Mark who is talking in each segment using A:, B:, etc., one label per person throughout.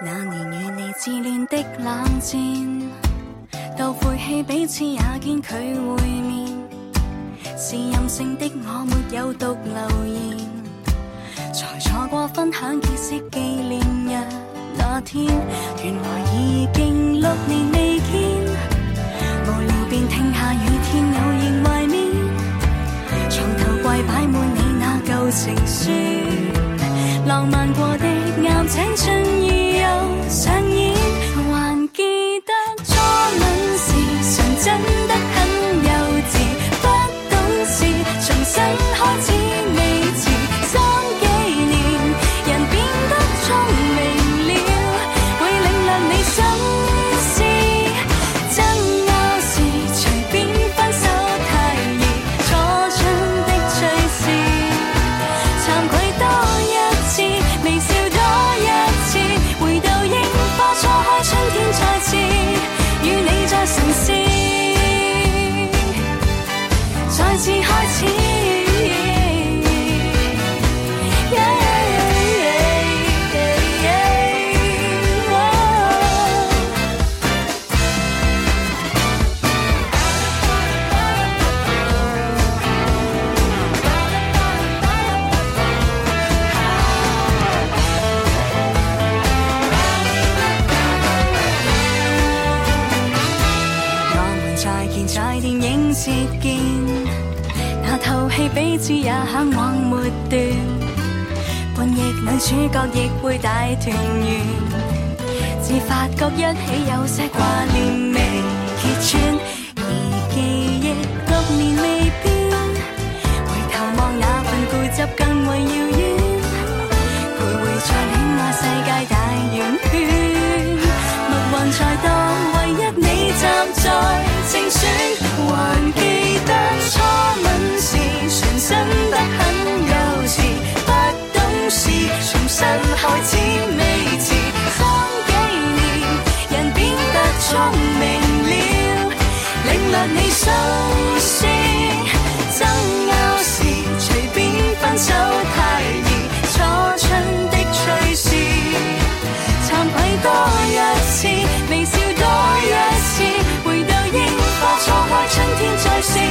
A: 那年與你自戀的冷戰，到晦氣彼此也見佢會面，是任性的我沒有讀留言，才錯過分享結識紀念日那天，原來已經六年未見，無聊便聽下雨天偶然懷緬，床頭櫃擺滿你那舊情書。浪漫過的岩井俊二又上演，還記得初吻時純真得很幼稚，不懂事，重新開始未遲，三幾年人變得聰明了，會領略你心思，爭拗時隨便分手太易，初春的趣事。慚愧多一次，微笑多一次，回到櫻花初開，春天再次與你在城市，再次開始。我們在見在電影節見，那套戲彼此也向往末段，叛逆女主角亦會大團圓，自發覺一起有些掛念未揭穿，而記憶六年未變，回頭望那份固執更為遙遠，徘徊在戀愛世界大圓圈。綠雲才當唯一你站在正選，還記得初吻時純真得很幼稚，不懂事，重新開始未遲。三幾年人變得聰明了，領略你心思，爭拗時隨便分手太易，初春的趣事。慚愧多一次，微笑多一次，回到櫻花初開，春天再試。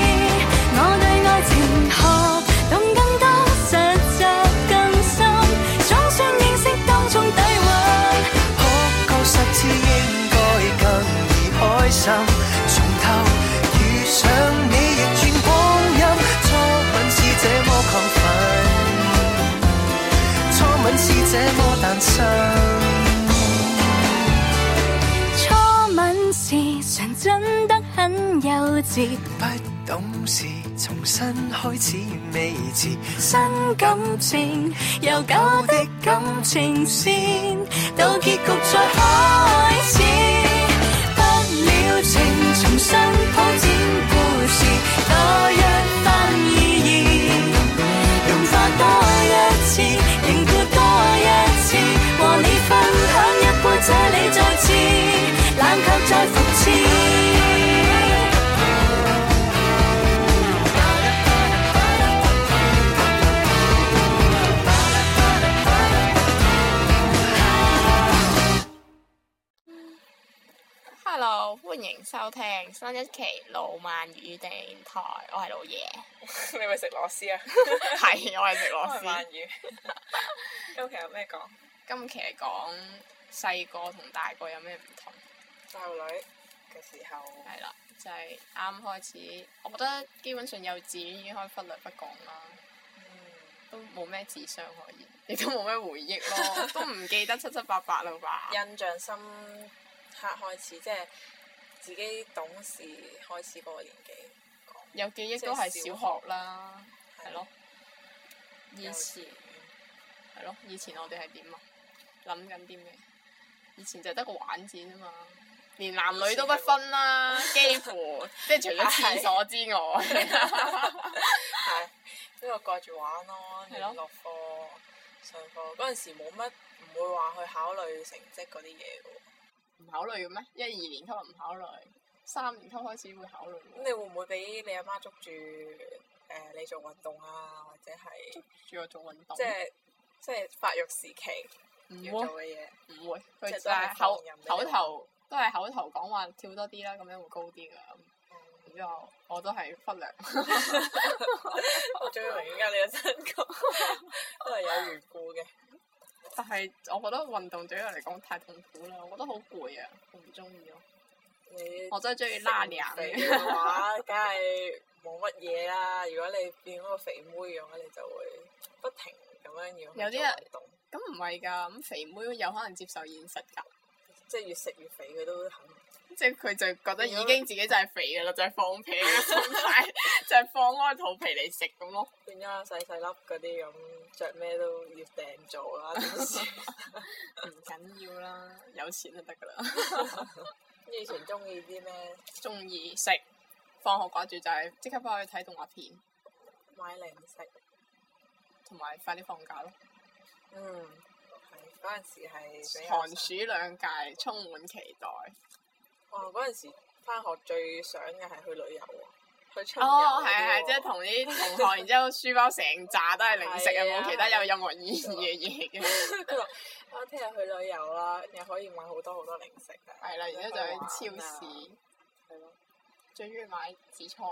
A: 我對愛情學懂更多，實習更深，總算認識當中底蘊。
B: 學夠十次應該更易開心，從頭遇上你逆轉光陰，初吻是這麼亢奮，初吻是這麼誕生。
A: 初吻時純真得很幼稚，
B: 不懂事，重新開始未遲。
A: 新感情由舊的感情線，到結局再開始。不了情，重新鋪展故事，多一番意義。融化多一次，凝固多一次，和你分享一杯這裏再次，冷卻再復熾。
C: Hello，歡迎收聽新一期路漫語電台，我係老爺，
D: 你咪食螺 絲啊？
C: 係我係食螺
D: 我係鰻
C: 絲。
D: 魚。今期有咩講？
C: 今期講細個同大個有咩唔同？
D: 細路女嘅時候，
C: 係啦，就係、啱開始，我覺得基本上幼稚園已經可以忽略不講啦，都冇咩智商可 言，亦都冇咩回憶咯，都唔記得七七八八啦吧？
D: 印象深刻開始，即係自己懂事開始嗰個年紀講。
C: 有記憶都係小學啦，係咯。以
D: 幼
C: 前
D: 稚
C: 係咯，以前我哋係點啊？諗緊啲咩？以前就得個玩字啫嘛，連男女都不分 啦，幾乎即係除咗廁所之外，
D: 係，即度掛住玩咯，
C: 係
D: 聯
C: 咯
D: 絡課、上課嗰陣時冇乜，唔會話去考慮成績嗰啲嘢嘅喎。
C: 唔考慮嘅咩？一二年級唔考慮，三年級開始會考慮喎。
D: 咁你會唔會俾你阿媽捉住誒、呃你做運動啊，或者係
C: 仲有做運動？
D: 即係即係發育時期要
C: 唔會
D: 做嘅嘢？
C: 唔會，佢
D: 即係
C: 就
D: 都係
C: 係口
D: 放任俾
C: 口
D: 你
C: 頭都係口頭講話跳多啲啦，咁樣會高啲噶。然之後我都係忽 略，
D: 我最明依家你嘅身 高都係有緣故嘅。
C: 但係我覺得運動對於我嚟講太痛苦啦，我覺得好攰啊，我唔中意咯。
D: 你
C: 我真係中意拉涼
D: 肥
C: 嘅，
D: 嘅話，梗係冇乜嘢啦。如果你變嗰個肥妹嘅話，你就會不停咁樣要
C: 有
D: 去
C: 啲
D: 做
C: 人
D: 運動，
C: 咁唔係㗎，咁肥妹有可能接受現實㗎。
D: 即係越食越肥，佢都肯。
C: 即係佢就覺得
D: 如果
C: 已經自己就係肥㗎啦，就係、放屁嘅心態， 就係放開肚皮嚟食咁咯。
D: 變咗細細粒嗰啲咁，着咩都要訂做啦，點 算
C: 唔緊要啦，有錢就得㗎啦。
D: 你以前中意啲咩
C: 中意食，放學掛住就係即刻翻去睇動畫片，
D: 買零食？
C: 同埋快啲放假咯。
D: 嗯，係嗰陣時係比較
C: 寒暑兩屆充滿期待。
D: 哇！哦嗰陣時翻學最想嘅係去旅遊喎，去春遊
C: 哦，係
D: 嗰啲
C: 係，
D: 喎
C: 即係同啲同學，然之後書包成扎都係零食啊，
D: 係啊
C: 冇其他有任何意義嘅嘢嘅。
D: 佢話：我聽日去旅遊啦，又可以買好多好多零食啊！
C: 係啦，然之後就去超
D: 玩啊
C: 市，係咯，最中意買紫菜、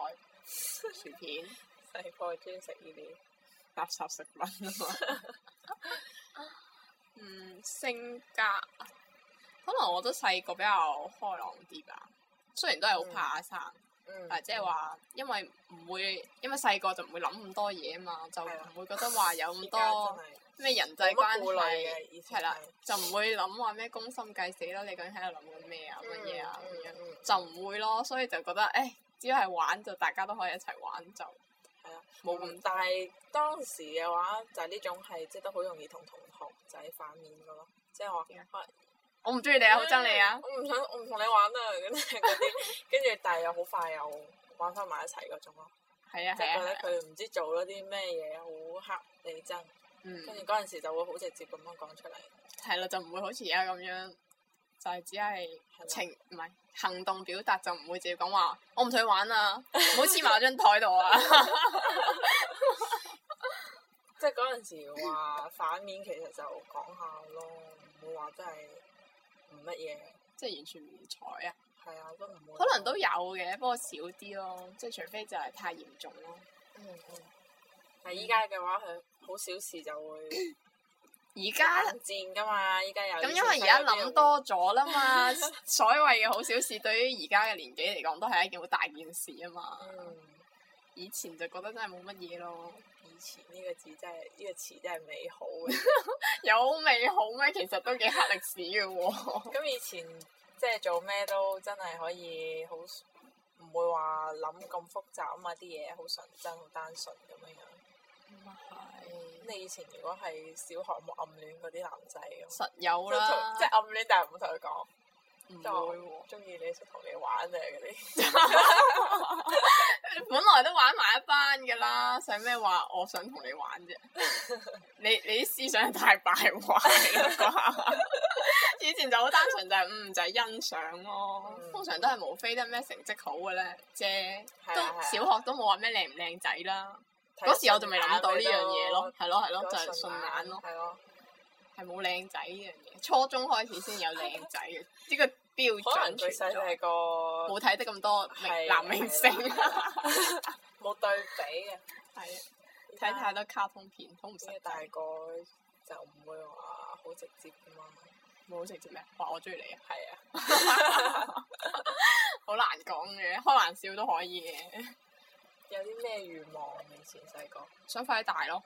C: 薯片、
D: 細個專食呢啲。
C: 垃圾食品啊嘛。 嗯，性格可能我都細個比較開朗啲吧，雖然都係好怕生。
D: 嗯
C: 啊，即係話，因為唔會，因為細個就唔會諗咁多嘢啊嘛，就
D: 係啦
C: 唔會覺得話有咁多咩人際
D: 冇乜
C: 關
D: 顧慮嘅以
C: 係，
D: 前
C: 係啦
D: 係，
C: 就唔會諗話咩攻心計死咯，你究竟喺度諗緊咩啊乜嘢啊
D: 嗯
C: 咁
D: 嗯嗯
C: 樣，就唔會咯，所以就覺得誒，只要係玩就大家都可以一齊玩就係
D: 啦，
C: 冇咁
D: 啊嗯但係當時嘅話就係呢種係即係都好容易同同學仔反面嘅咯，即係話
C: 點
D: 啊嗯
C: 我唔中意你啊，好憎你啊，
D: 我唔想我唔同你玩啦，跟住嗰啲，跟住但係又好快又玩翻埋一齊嗰種咯，
C: 係啊
D: 嗯即
C: 係
D: 係
C: 啊
D: 覺得
C: 係啊，
D: 佢唔知做咗啲咩嘢好黑你憎，
C: 嗯
D: 跟，住嗰陣時就會好直接咁樣講出嚟。
C: 係啦，就唔會好似而家咁樣，就係只係
D: 啦
C: 情唔係行動表達，就唔會直接講話我唔同你玩 啊，唔好黐埋我張台度啊。
D: 即係嗰陣時話反面，其實就講下咯，唔會話真係唔乜嘢，
C: 即係完全唔睬啊！
D: 係啊，都唔會。
C: 可能都有嘅，不過少啲咯。即係除非就係太嚴重咯。
D: 嗯嗯。但依家嘅話，佢好小事就 會
C: 而家
D: 冷戰噶嘛，依家有
C: 咁，因為而家諗多咗啦嘛。 所謂嘅好小事，對於而家嘅年紀嚟講，都係一件好大件事啊嘛。
D: 嗯，
C: 以前就覺得真係冇乜嘢咯。
D: 以前呢個字真係呢、個詞真係美好嘅。
C: 有美好咩？其實都幾黑歷史嘅喎。
D: 咁以前即係做咩都真係可以好，唔會話諗咁複雜啊嘛，啲嘢好純真、好單純咁樣樣。
C: 咁啊
D: 咁你以前如果係小學冇暗戀嗰啲男仔咁
C: 係，。實有啦
D: 即係，暗戀，但係唔同佢講，
C: 唔
D: 即係
C: 會
D: 我
C: 喎。
D: 中意你，想同你玩啊嗰啲。
C: 本來都玩埋一班㗎啦，使咩話我想同你玩啫？你你啲思想太敗壞啦啩！以前就好單純，就係、嗯就係、欣賞咯。
D: 嗯
C: 通常都係無非得咩成績好嘅咧啫，
D: 係
C: 都
D: 啊係啊
C: 小學都冇話咩靚唔靚仔啦。嗰時我就未諗到呢樣嘢咯，係咯係咯，就係順眼咯，
D: 係咯，
C: 係冇靚仔呢樣嘢。初中開始先有靚仔嘅呢個標
D: 可能
C: 準
D: 佢細
C: 存
D: 細
C: 在，
D: 個
C: 冇睇得咁多
D: 係啊
C: 明男明星。
D: 冇對比嘅，
C: 係啊睇太多卡通片，好唔
D: 依家
C: 實
D: 大
C: 際。
D: 個就唔會話好直接噶嘛。
C: 冇直接咩？話我中意你啊，
D: 係啊，
C: 好難講嘅，開玩笑都可以嘅。
D: 有啲咩願望？以前細個
C: 想快啲大咯，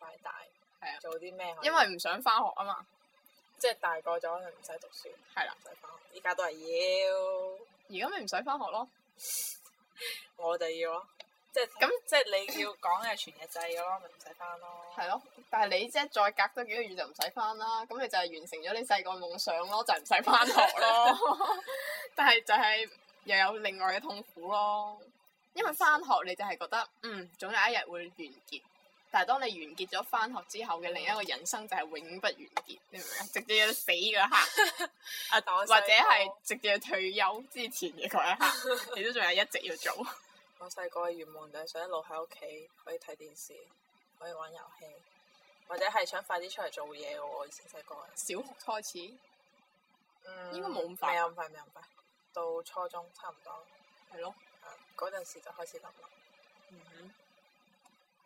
D: 快大，
C: 係啊
D: 做啲咩可以？
C: 因為唔想翻學啊嘛。
D: 即係大個咗，就唔使讀書，唔
C: 係啦，
D: 使翻學。依家都係要。
C: 而家咪唔使翻學咯。
D: 我就要咯，即係
C: 咁
D: 咁即係你要講係全日制嘅咯，咪唔使翻咯。
C: 係咯，但係你即係再隔多幾個月就唔使翻啦。咁你就係完成咗你細個夢想咯，就係唔使翻學 咯。但係就係又有另外嘅痛苦咯，因為翻學你就係覺得嗯，總有一日會完結，但係當你完結咗翻學之後嘅另一個人生就係永不完結，你明唔明啊？直接死嗰一刻，啊
D: 但我細個
C: 或者係直接退休之前嘅嗰一刻， 你都仲係一直要做。
D: 我細個嘅願望就係想一路喺屋企可以睇電視，可以玩遊戲，或者係想快啲出嚟做嘢喎。我以前細個嗰陣時，
C: 小學開始，
D: 嗯
C: 應該冇咁快
D: 未有咁快，未有咁快，到初中差唔多，
C: 係咯，
D: 啊嗰陣時就開始諗啦。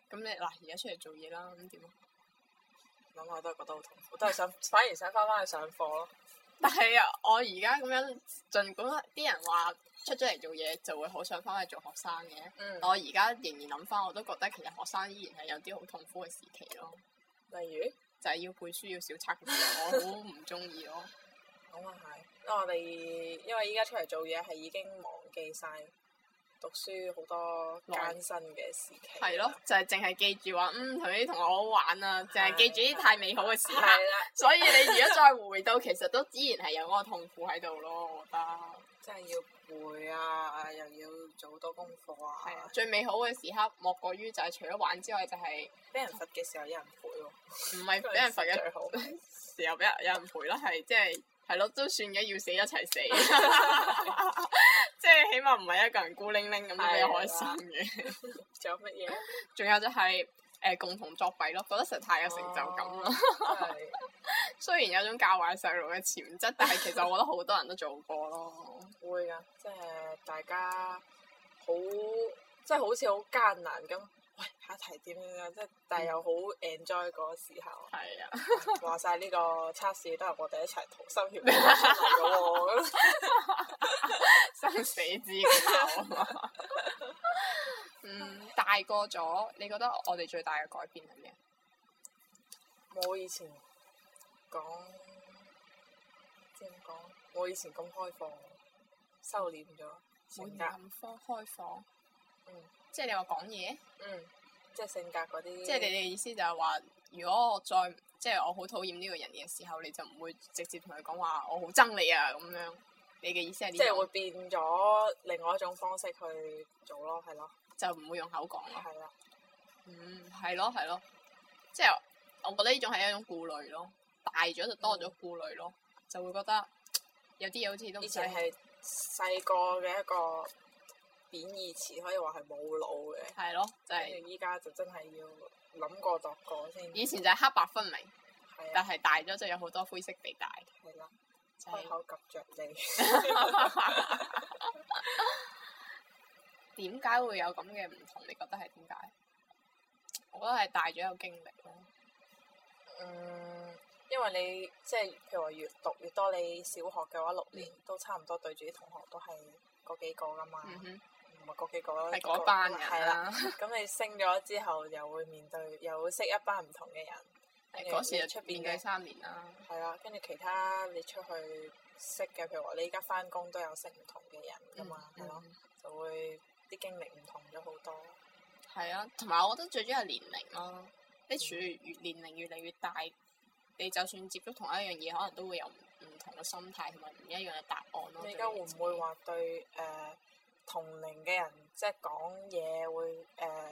C: 咁你嗱而家出嚟做嘢啦，咁點啊？
D: 諗下都係覺得好痛苦，都係想反而想翻返去上課咯。
C: 但係啊，我而家咁樣，儘管啲人話出咗嚟做嘢就會好想翻去做學生嘅，
D: 嗯
C: 我而家仍然諗翻，我都覺得其實學生依然係有啲好痛苦嘅時期咯，
D: 例如，
C: 就係、要背書要小測嘅時候，我好 唔中意咯。
D: 咁啊係，因為我哋因為依家出嚟做嘢係已經忘記晒讀書好多艱辛嘅時期。
C: 係咯，，就係淨係記住話，嗯，同啲同學好好玩啊，淨係記住啲太美好嘅時
D: 係
C: 刻。
D: 啦。
C: 所以你而家再回到，其實都依然係有嗰個痛苦喺度咯，我覺得。
D: 真係要背啊，又要做好多功課啊。
C: 係啊，最美好嘅時刻莫過於就係除咗玩之外，就係
D: 俾人罰嘅時候有人陪喎，
C: 唔係俾人罰嘅
D: 最好。
C: 時候俾人有人陪啦，係即係係咯，都算嘅，要死一齊死， 即係起碼唔係一個人孤零零咁都比較開心嘅。
D: 仲有乜 嘢？
C: 仲有就係、誒、共同作弊咯，覺得實在太有成就感啦。
D: 啦。
C: 雖然有種教壞細路嘅潛質，但係其實我覺得好多人都做過咯。
D: 真係會㗎，即係大家好，即係好似好艱難咁。喂，下一題點樣啊樣？即係
C: 嗯
D: 但係又好 enjoy 嗰個時 候。
C: 係啊。
D: 話晒呢個測試都係我哋一齊同心協力出嚟嘅喎。咁
C: 生死之交啊嘛。嗯，大個咗，你覺得我哋最大嘅改變係咩？
D: 冇以前講，即係點講？冇以前咁開放，收斂咗性格，
C: 咁科開放，
D: 嗯
C: 即係你話講嘢，
D: 嗯，即係性格嗰啲，
C: 即係你嘅意思就係話，如果我再即係我好討厭呢個人嘅時候，你就唔會直接同佢講話我好憎你啊咁樣。你嘅意思係呢
D: 即係
C: 種
D: 會變咗另外一種方式去做咯，係咯，
C: 就唔會用口講咯。
D: 係啦，
C: 嗯，係咯係咯，即係我覺得呢種係一種顧慮咯，大咗就多咗顧慮咯，就會覺得有啲嘢好似都唔
D: 以
C: 使
D: 前係細個嘅一個貶義詞，可以話係冇腦嘅，
C: 係咯，就係、
D: 跟住依家就真係要諗過度過先，
C: 以前就係黑白分明，
D: 係
C: 但
D: 啊，
C: 係大咗就有好多灰色地帶。
D: 係啦，
C: 就
D: 開
C: 係
D: 口及着你。
C: 點解會有咁嘅唔同？你覺得係點解？我覺得係大咗有經歷咯。
D: 嗯，因為你即係譬如話越讀越多，你小學嘅話六年、都差唔多對住啲同學都係嗰幾個噶嘛，
C: 嗯哼，
D: 唔係嗰幾個啦
C: 係嗰班人啊
D: 係啦。
C: 啦。
D: 咁你升咗之後，又會面對又會識一班唔同嘅人，
C: 係啊
D: 你
C: 嗰時
D: 你
C: 就
D: 出
C: 出
D: 邊
C: 邊
D: 嘅
C: 嘅三年啦。
D: 係啦，跟住其他你出去識嘅，譬如話你而家翻工都有識唔同嘅人噶嘛，係咯、
C: 嗯
D: 就會啲經歷唔同咗好多。
C: 係啊，同埋我覺得最主要係年齡咯。你隨越年齡越嚟越大，你就算接觸同一樣嘢，可能都會有唔唔同嘅心態同埋唔一樣嘅答案咯。
D: 你而家會唔會話對誒、呃同齡嘅人即係講嘢會誒、呃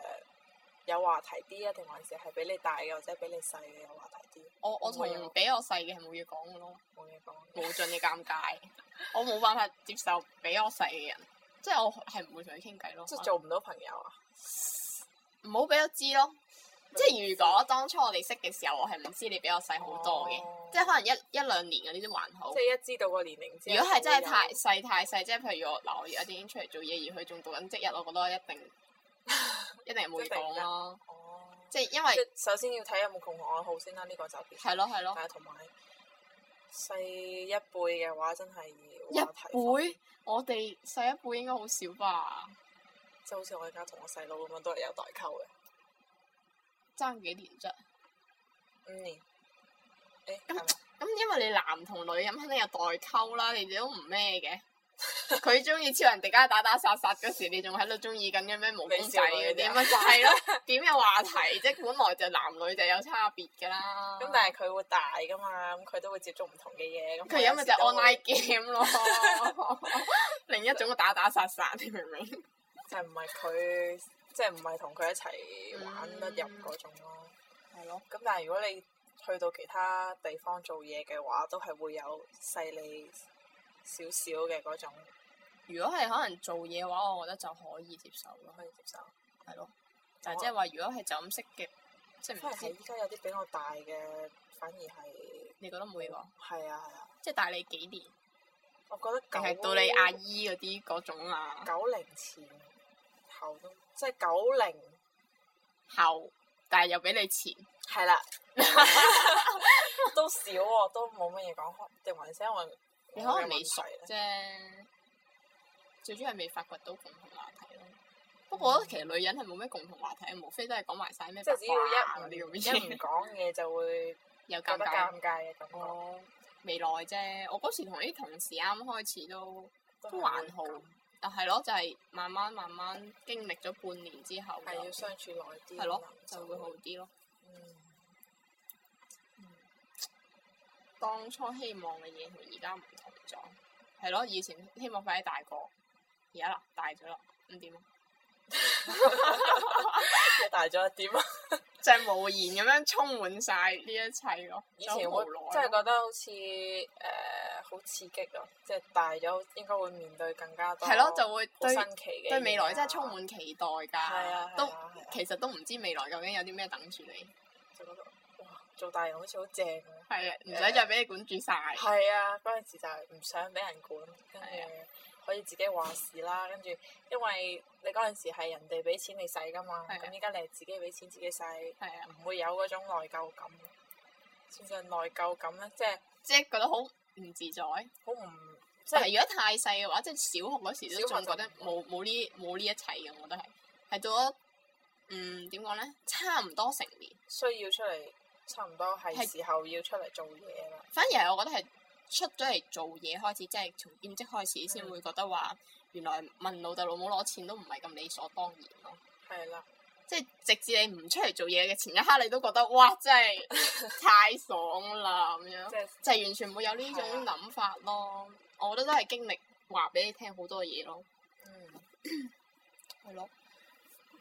D: 有話題啲啊？定還是係比你大嘅或者比你細嘅有話題啲？
C: 我我
D: 會唔
C: 同
D: 會有
C: 比我細嘅係冇嘢講嘅咯。
D: 冇嘢講。
C: 無盡嘅尷尬，我冇辦法接受比我細嘅人，即係我係唔會同佢傾偈咯。
D: 即係做唔到朋友啊！
C: 唔好俾我知咯。即係如果當初我哋識嘅時候，我係唔知你比我細好多嘅，
D: 哦
C: 即係可能一一兩年嗰啲都還好
D: 即。係一知道個年齡之
C: 如
D: 後，
C: 果係真係太細太細，即係譬如我嗱，我而家已經出嚟做嘢，而佢仲讀緊 職日，我覺得我一定一定係冇嘢講咯。
D: 會有哦，
C: 即係因
D: 即
C: 為
D: 係首先要睇有冇共同愛好先啦。呢、個就必須
C: 係咯係咯，
D: 但係同埋細一輩嘅話，真係
C: 一
D: 要話題方面
C: 輩我哋細一輩應該好少吧，
D: 即係好似我而家同我細佬咁樣，都係有代溝嘅
C: 爭幾年啫。
D: 五年。誒係
C: 咁
D: 咪
C: 咁因為你男同女咁肯定有代溝啦，你哋都唔咩 嘅。佢中意超人迪加打打殺殺嗰時，你仲喺度中意緊嘅咩毛公仔嗰
D: 美少女嗰啲
C: 啲
D: 啊
C: 咪就係 咯，點有話題啫？本來就男女就有差別㗎啦。
D: 咁但係佢會大噶嘛，咁佢都會接觸唔同嘅嘢。咁
C: 佢而家咪就係
D: 我有時都會
C: online game 咯，另一種嘅打打殺殺，你明唔明？
D: 就唔係佢即係唔係同佢一齊玩得入嗰種咯。
C: 係咯，
D: 咁但係如果你去到其他地方做嘢嘅話，都係會有細膩少少嘅嗰種
C: 如果係可能做嘢嘅話，我覺得就可以接受咯
D: 可，以接受。
C: 係咯。但係即係話，如果係就咁識嘅，即
D: 反
C: 係唔
D: 而係
C: 知
D: 依家有啲比我大嘅，反而係
C: 你覺得每個
D: 係啊係啊，
C: 即係大你幾年，
D: 我覺得
C: 定
D: 九
C: 係到你阿姨嗰啲嗰種啊
D: 九零前後都即係九零
C: 後，但係又比你前。
D: 係啦，都少喎，都冇乜嘢講，可定還是因為
C: 你可能
D: 我嘅
C: 未
D: 問
C: 熟
D: 題咧
C: 啫，最主要係未發掘到共同話題咯。不過我覺得其實女人係冇咩共同話題，無非都係講埋晒咩
D: 嗯即係只要
C: 八卦嗰
D: 一
C: 啲
D: 唔
C: 咁
D: 一唔
C: 嘅嘢，
D: 講嘢就會
C: 有
D: 覺
C: 尷
D: 得
C: 尬。哦
D: 尷尬嘅感覺。
C: 我未來啫，我嗰時同啲同事啱開始都
D: 都
C: 都
D: 係
C: 還
D: 會
C: 好
D: 咁，
C: 但係咯，就係、慢慢慢慢經歷咗半年之後
D: 係要
C: 就，
D: 相處耐啲，
C: 係咯
D: 可能，
C: 就會好。啲咯。
D: 嗯，
C: 當初希望嘅嘢同而家唔同咗，係咯，以前希望快啲大個，而家啦大咗啦，咁點啊？
D: 你大咗一點啊！
C: 就係無言咁樣充滿晒呢一切咯，
D: 以前
C: 就
D: 會
C: 好無奈咯
D: 真係覺得好似誒好刺激咯，即係大咗應該會面對更加多
C: 係咯，就會
D: 好
C: 對
D: 新奇嘅
C: 對未來
D: 嘢
C: 真
D: 啊
C: 係充滿期待
D: 係啊
C: 㗎，
D: 係
C: 都
D: 啊係啊
C: 其實都唔知未來究竟有啲咩等住你，
D: 就覺得哇做大人好似好正喎。
C: 係啊，唔使再俾你管住晒。
D: 係啊，嗰陣時就係唔想俾人管，跟住
C: 係啊
D: 可以自己話事啦。跟住因為你嗰陣時係人哋俾錢你使噶嘛，
C: 係啊
D: 咁依家你係自己俾錢自己使，
C: 係啊，
D: 唔會有嗰種內疚感。算唔算內疚感咧？即係
C: 即係覺得好唔自在。
D: 好唔即
C: 但
D: 係
C: 係如果太細嘅話，即係小學嗰時都
D: 小
C: 仲
D: 學
C: 覺
D: 就
C: 得冇冇呢冇呢一切嘅，我覺得係係到咗嗯點講咧，差唔多成年，
D: 需要出嚟，差唔多係
C: 係
D: 時候要出嚟做嘢啦。
C: 反而係我覺得係出咗嚟做嘢開始，即係從兼職開始，先會覺得話原來問老豆老母攞錢都唔係咁理所當然咯。
D: 係啦，
C: 即係直至你唔出嚟做嘢嘅前一刻，你都覺得哇，真係太爽啦咁樣
D: 即，係
C: 就係完全冇有呢種
D: 係啊
C: 諗法咯。我覺得都係經歷話俾你聽好多嘢咯，
D: 嗯，
C: 係咯，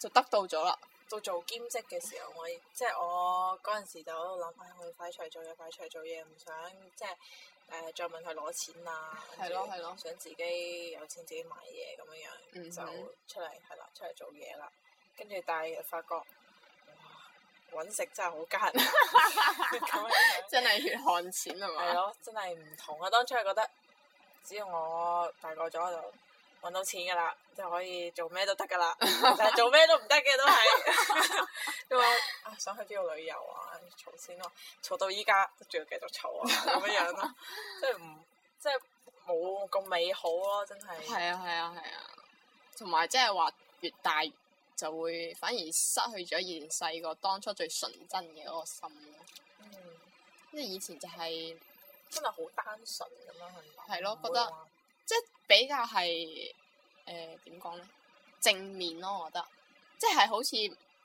C: 就得到咗啦。
D: 到做兼職嘅時候，我亦即係我嗰陣時就喺度諗，唉，我要快出嚟做嘢，快出嚟做嘢，唔想即係誒、再問佢攞錢啊，
C: 係咯係咯
D: 想自己有錢自己買嘢咁樣樣，
C: 嗯
D: 就
C: 哼
D: 出嚟係啦，出嚟做嘢啦。跟住但係發覺，哇，揾食真係好 艱難，咁樣樣
C: 真係血汗錢係
D: 係
C: 嘛？
D: 咯，真係唔同啊！當初係覺得，只要我大個咗就揾到錢㗎啦，就可以做咩都得㗎啦。 但係做咩都唔得嘅都係， 因為啊想去邊度旅遊啊，儲錢咯，儲到依家都仲要繼續儲啊，咁樣樣咯， 即係唔即係冇咁美好咯，真係。
C: 係啊係啊係啊，同埋即係話越大就會反而失去咗以前細個當初最純真嘅嗰個心咯。
D: 嗯，
C: 因為以前就係、
D: 真係好單純咁樣去諗。
C: 係咯
D: 唔會
C: 覺得
D: 話
C: 即係比較係誒點講咧正面咯，我覺得即係好似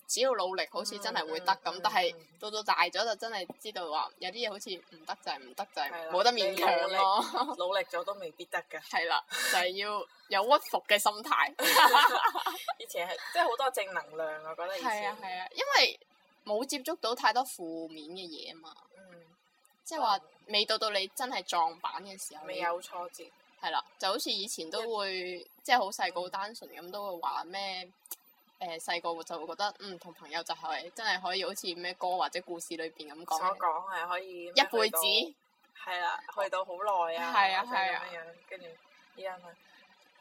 C: 只要努力，好似真係會得咁。
D: 嗯嗯
C: 但係
D: 嗯
C: 到到大咗就真係知道話有啲嘢好似唔得就係唔得，就
D: 係
C: 係
D: 啦
C: 冇得勉強咯。
D: 努力咗都未必得㗎。
C: 係啦，就係要有屈服嘅心 態。
D: 以前係即係好多正能量，我覺得以
C: 係
D: 前
C: 啊。係啊，因為冇接觸到太多負面嘅嘢啊嘛，
D: 嗯。
C: 即係話未到到你真係撞板嘅時候，
D: 未
C: 你
D: 有挫折，
C: 係啦，就好似以前都會即係好細個好單純咁，都會話咩誒細個就會覺得嗯同朋友就係真係可以好似咩歌或者故事裏邊咁
D: 所
C: 講嘅，
D: 講係可以
C: 一輩子
D: 係啦，去到好耐啊，
C: 係啊
D: 或者
C: 係啊
D: 咁樣樣，跟住依家咪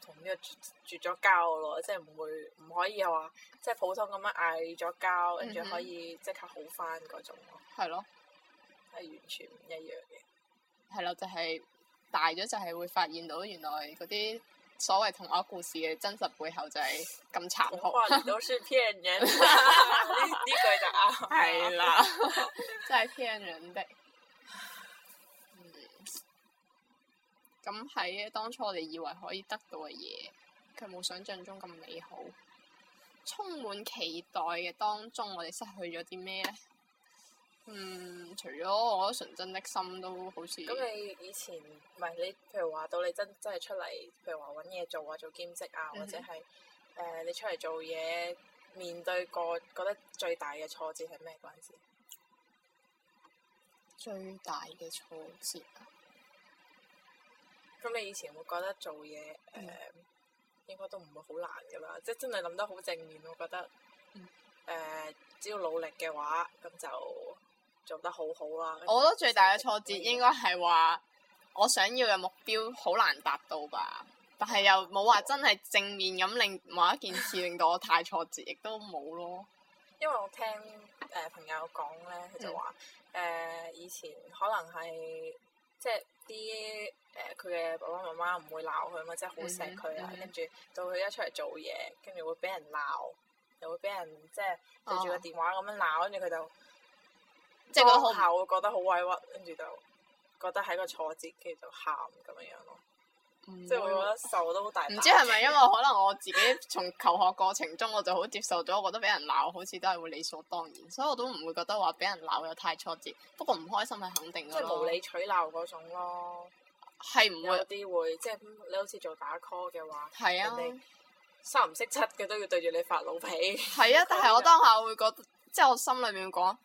D: 同呢個絕絕咗交咯，即係唔會唔可以話即係普通咁樣嗌咗交，跟住
C: 嗯哼
D: 可以即刻好翻嗰種咯，
C: 係咯
D: 係完全唔一樣 嘅。
C: 係啦，就係、大咗就係會發現到原來嗰啲所謂童話故事嘅真實背後就係咁殘
D: 童
C: 酷。
D: 話裡都 是騙人，呢呢 句就啱。
C: 係，啊啦， 真係騙人的。嗯，咁喺當初我哋以為可以得到嘅嘢，佢冇想象中咁美好。充滿期待嘅當中，我哋失去咗啲咩呢？嗯，除咗我覺得純真的心都好似
D: 咁你以前唔係你，譬如話到你真真係出嚟，譬如話揾嘢做啊，做兼職啊，或者
C: 嗯
D: 係誒、你出嚟做嘢面對過覺得最大嘅挫折係咩嗰陣時？
C: 最大嘅挫折啊！
D: 咁你以前會覺得做嘢誒、
C: 嗯
D: 應該都唔會好難㗎啦，即係真係諗得好正面，我覺得誒、呃
C: 嗯
D: 只要努力嘅話，咁就做得好好啦。
C: 我覺得最大嘅挫折應該係話我想要嘅目標好難達到吧，但係又冇話真係正面咁令某一件事令到我太挫折，亦都冇咯。
D: 因為我聽誒、呃朋友講咧，佢就話誒、
C: 嗯
D: 呃以前可能係即係啲誒佢嘅爸爸媽媽唔會鬧佢嘛，即係好錫佢
C: 嗯
D: 啊
C: 哼嗯哼。
D: 跟住到佢一出嚟做嘢，跟住會俾人鬧，又會俾人即係對住個
C: 哦
D: 電話咁樣鬧，跟住佢就
C: 即係覺得好唔
D: 當下會覺得好委屈，跟住就覺得係一個挫折，跟住就喊咁樣樣咯，
C: 即
D: 嗯即係會覺得受到好大打
C: 嗯唔
D: 擊。
C: 知係咪因為可能我自己從求學過程中，我就好接受咗，我覺得俾人鬧好似都係會理所當然，所以我都唔會覺得話俾人鬧有太挫折。不過唔開心係肯定
D: 即
C: 嘅
D: 係
C: 咯
D: 無，理取鬧嗰種咯，
C: 係唔
D: 有
C: 會
D: 啲會即係嗯你好似做打 call 嘅話。
C: 係
D: 人
C: 啊
D: 哋。三唔識七嘅都要對住你發老脾。
C: 係啊，但係我
D: 當
C: 當下會覺得，即係我心裏面講，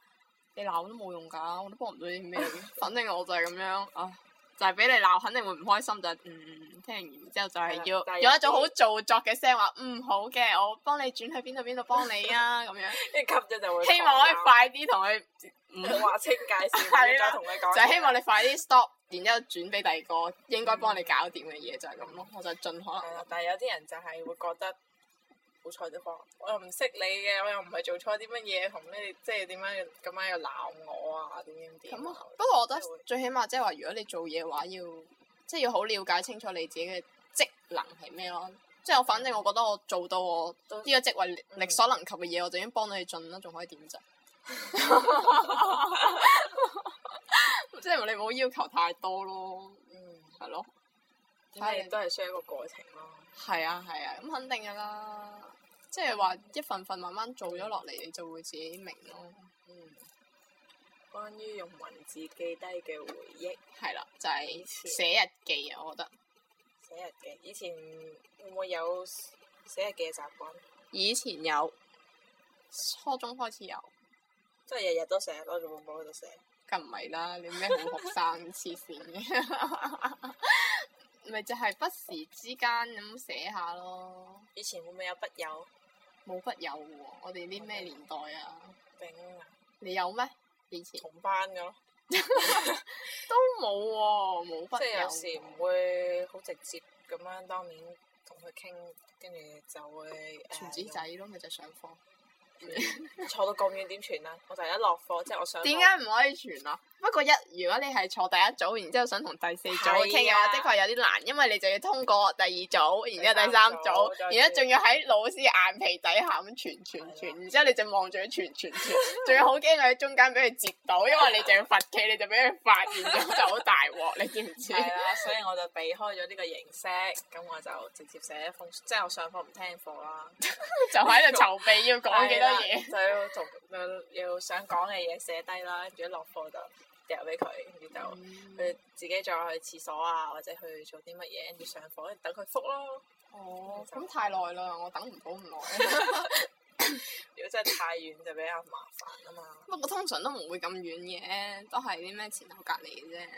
C: 你鬧都冇用㗎，我都幫唔到 啲咩嘅。反正我就係咁樣啊，就係俾你鬧，肯定會唔開心。就係嗯，聽完之後就
D: 係啦
C: 係要
D: 但係有
C: 用一種好做作嘅聲話，嗯好嘅，我幫你轉去邊度邊度幫你啊咁 樣，
D: 一吸咗就會
C: 希望可以快啲同佢唔
D: 放膽劃清界線，唔
C: 係
D: 要
C: 啦
D: 再同佢
C: 就
D: 講。
C: 係希望你快啲 stop，然之後轉俾第二個應該幫你搞掂嘅嘢就係咁咯，我就盡可
D: 係
C: 能
D: 啦。但係有啲人就係會覺得好彩啲話，我又唔識你嘅，我又唔係做錯啲乜嘢，同你即係點解咁樣又鬧我啊？點點點啊。
C: 咁啊不過我覺得最起碼即係話，如果你做嘢嘅話，要即係要好了解清楚你自己嘅職能係咩咯。即係我反正我覺得我做到我
D: 都
C: 呢個職位力
D: 嗯
C: 力所能及嘅嘢，我就已經幫到你盡啦，仲可以點 啫？即係你唔好要求太多咯，
D: 嗯，
C: 係咯，
D: 咁你都係需要一個過程咯。
C: 係啊係啊，咁肯定噶啦。即係話一份份慢慢做咗落嚟，你就會自己明咯。
D: 嗯，關於用文字記低嘅回憶。
C: 係啦，就係、
D: 似
C: 寫日記啊，我覺得。
D: 寫日記，以前會唔會有寫日記嘅習慣？
C: 以前有，初中開始有，
D: 即係日日都寫，攞住本簿喺度寫。
C: 梗唔係啦，你咩好學 生黐線嘅， 咪就係不時之間咁寫下咯，
D: 以前會唔會有筆友
C: 冇筆友喎，我哋啲咩年代啊？
D: 頂啊？
C: 你有咩？以前
D: 同班嘅咯，
C: 都冇喎、冇
D: 即
C: 筆
D: 係
C: 友
D: 有時唔會好直接咁樣當面同佢傾，跟住就會誒
C: 傳紙仔咯，咪就係上課。
D: 用坐到咁遠點傳啊！我就係一落課，即係我上
C: 點
D: 點
C: 解唔可以傳啊？不過一如果你係坐第一組，然之後想同第四組傾嘅
D: 係
C: 話，
D: 啊
C: 的確有啲難，因為你就要通過第二組，然之後第三組
D: 第三，
C: 然
D: 組
C: 之後仲要喺老師眼皮底下咁傳傳
D: 係
C: 傳，然之後你就望住佢傳傳傳， 仲要好驚佢喺中間俾佢截到，因為你就要罰企，你就俾佢發現咗就好大鑊，你知唔知？
D: 係啦，所以我就避開咗呢個形式，咁我就直接寫一封，即係我上課唔聽課啦。
C: 就喺度籌備要講幾多嘢。
D: 係啦就要同要要想講嘅嘢寫低啦，跟住一落課就掉俾佢，跟住就
C: 嗯啊
D: 佢自己再去廁所啊，或者去做啲乜嘢，跟住上課跟住等佢覆咯。
C: 哦，咁太耐啦，我等唔到咁耐。
D: 如果真係太遠就比較麻煩啊嘛。
C: 不過通常都唔會咁遠嘅，都係啲咩前後隔離嘅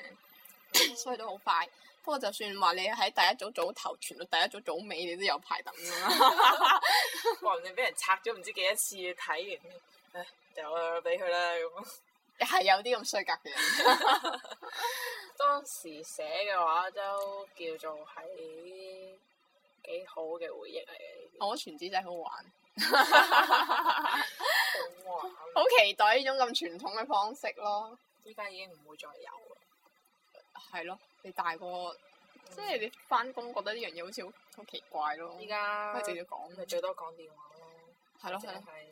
C: 啫， 所以都好快。不過就算話你喺第一組組頭傳到第一組組尾，你都有排等 啦。
D: 話唔定俾人拆咗唔知幾多次，睇完唉掉啦俾佢啦咁。
C: 係有啲咁衰格嘅人，
D: 當時寫嘅話都叫做係幾好嘅回憶嚟嘅，
C: 我覺得傳紙仔好玩，
D: 好啊玩。
C: 好期待呢種咁傳統嘅方式咯。
D: 依家已經唔會再有啦。
C: 係咯，你大個，即係你翻工覺得呢樣嘢好似好好奇怪咯。
D: 依家
C: 可以直接講，
D: 咪最多講電話咯，
C: 係咯
D: 就
C: 係咯
D: 係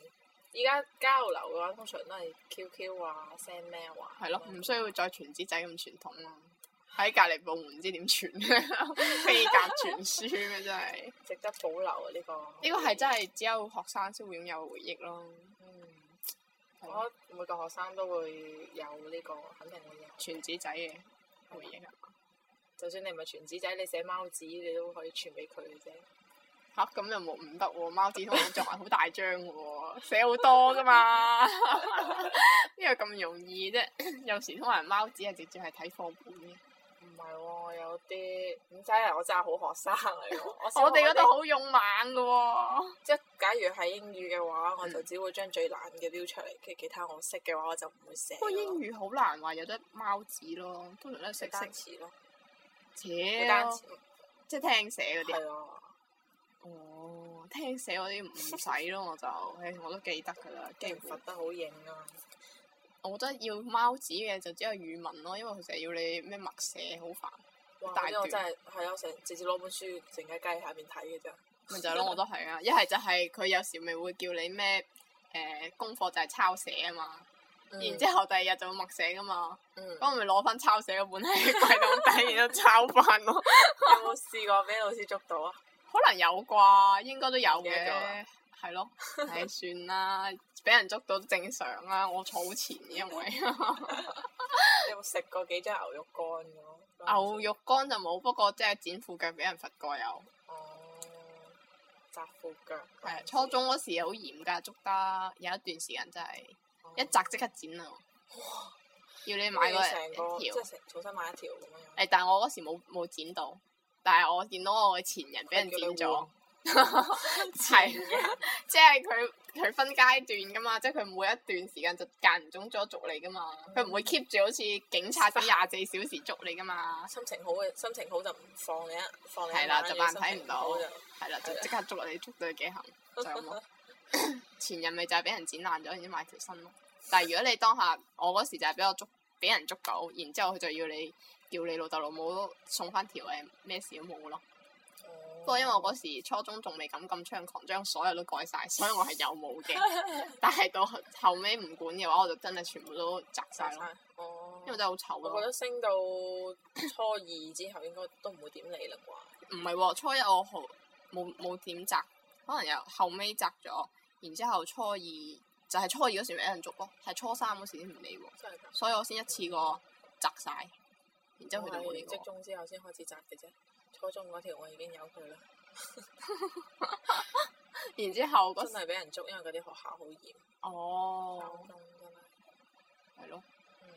D: 依家交流嘅話，通常都係 QQ 啊、send mail 啊，
C: 係咯，唔需要再傳紙仔咁傳統咯。喺隔離部門唔知點傳， 飛鴿傳書嘅真係。
D: 值得保留啊呢個。
C: 呢個係真係只有學生先會擁有嘅回憶咯。
D: 嗯，
C: 係
D: 我
C: 咯
D: 覺得每個學生都會有呢個，肯定會有。
C: 傳紙仔嘅回憶啊，
D: 就算你唔係傳紙仔，你寫貓紙，你都可以傳俾佢嘅啫。
C: 吓咁又冇唔得喎，貓紙同我作文好大張嘅喎，寫好多噶嘛， 邊有咁容易啫？ 有時通常貓紙係直接係睇課本嘅，
D: 唔係喎，有啲唔知啊！我真係好學生嚟 喎。我小
C: 我哋
D: 學
C: 嗰度好勇猛嘅喎，
D: 即係假如係英語嘅話，我就只會將最難嘅標出嚟，跟住其他我識嘅話我啊就唔會寫
C: 不過
D: 咯。
C: 英語好難話有得貓紙咯，通常都係
D: 識
C: 識識
D: 單詞咯，
C: 寫
D: 好單詞。
C: 即係聽寫嗰啲。
D: 係啊，
C: 哦，聽寫嗰啲唔使咯，我就，唉，我都記得㗎啦，
D: 既
C: 記
D: 然
C: 唔
D: 罰得好型啊！
C: 我覺得要貓紙嘅就只有語文咯，因為佢成日要你咩默寫，好煩。
D: 哇！
C: 大
D: 嗰啲我
C: 段
D: 真係係啊，我成直接攞本書靜喺雞下面睇嘅啫。
C: 咪就係咯，我都係啊！一係就係佢有時咪會叫你咩誒、呃功課就係抄寫啊嘛，然之後第二日就會默寫噶嘛，
D: 嗯，
C: 咁我咪攞翻抄寫嗰本喺櫃桶底，然之後抄翻咯。
D: 有冇試過俾老師捉到啊？
C: 可能有啩，應該都有
D: 唔記得咗
C: 嘅
D: 啦，
C: 係咯，唉，算啦，俾人捉到都正常啦，我儲錢嘅因為。
D: 你有冇食過幾張牛肉乾
C: 牛
D: 咁？
C: 肉乾就冇，不過即係剪褲腳俾人罰過有。
D: 哦，紮褲腳。
C: 係啊初中嗰時好嚴㗎，捉得有一段時間真係
D: 哦
C: 一摘即刻剪啊！要你買
D: 跟住
C: 嗰
D: 成個
C: 日
D: 即
C: 一條。
D: 係成重新買一條咁樣。
C: 誒，但係我嗰時冇冇剪到，但係我見到我嘅前人俾人剪咗，
D: 啊
C: 係即係佢佢分階段噶嘛，即係佢每一段時間就間唔中咗捉你噶嘛，佢唔會 keep 住好似警察咁廿四小時捉你噶嘛，
D: 心情好嘅心情好就唔放你一放你一
C: 係啦，
D: 晚
C: 就
D: 嘅
C: 扮
D: 心
C: 睇
D: 情
C: 唔到
D: 好就，
C: 係啦，就即刻捉你捉到你幾痕，就咁咯。 前人咪就係俾人剪爛咗，然之後買條新咯。但係如果你當下我嗰時就係俾我捉，俾人捉到，然之後佢就要你叫你老豆老母都送翻條誒咩事都冇咯。
D: 哦
C: 不過因為我嗰時初中仲未敢咁猖狂，將所有都改晒，所以我係有冇嘅。但係到後後尾唔管嘅話，我就真係全部都摘晒 咯，
D: 哦，
C: 因為真係好醜
D: 我覺
C: 咯。
D: 得升到初二之後應該都唔會點理啦啩。
C: 唔係喎，初一我好冇冇點摘，可能又後尾摘咗，然之後初二就係、初二嗰時俾人捉咯，係初三嗰時先唔理喎。
D: 真係㗎。
C: 所以我先一次過摘晒，然之後佢就冇
D: 我
C: 理
D: 係職
C: 我。
D: 中之後先開始紮嘅啫，初中嗰條我已經有佢啦，
C: 然之後
D: 真
C: 嗰時
D: 係俾人捉，因為嗰啲學校好嚴，
C: 哦
D: 初，中真係。
C: 係咯
D: 嗯，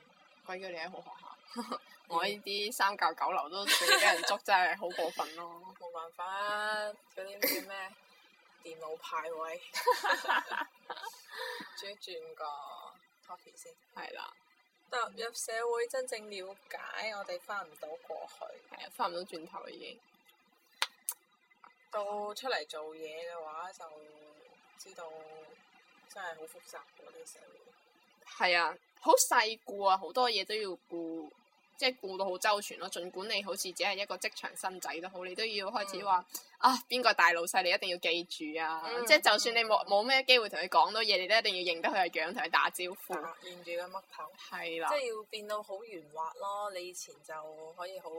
C: 鬼叫你喺好學校， 我呢啲三教九流都仲要俾人捉，真係好過分咯。
D: 冇辦法啊，嗰啲叫咩電腦 派位，轉一轉個 topic 先。
C: 係啦，
D: 踏入社會真正了解，我哋翻唔到過去。
C: 係啊，翻唔到轉頭已經。
D: 到出嚟做嘢嘅話，就知道真係好複雜嘅呢個社會。
C: 係啊，好細顧啊，好多嘢都要顧，即係顧到好周全咯。儘管你好似只係一個職場新仔都好，你都要開始話、啊，邊個大老細你一定要記住啊！
D: 嗯
C: 即係就算你冇冇咩機會同佢講到嘢，你都一定要認得佢嘅樣，同佢打招呼。
D: 打沿住個嘜頭，
C: 係啦
D: 啊即，係要變到好圓滑咯。你以前就可以好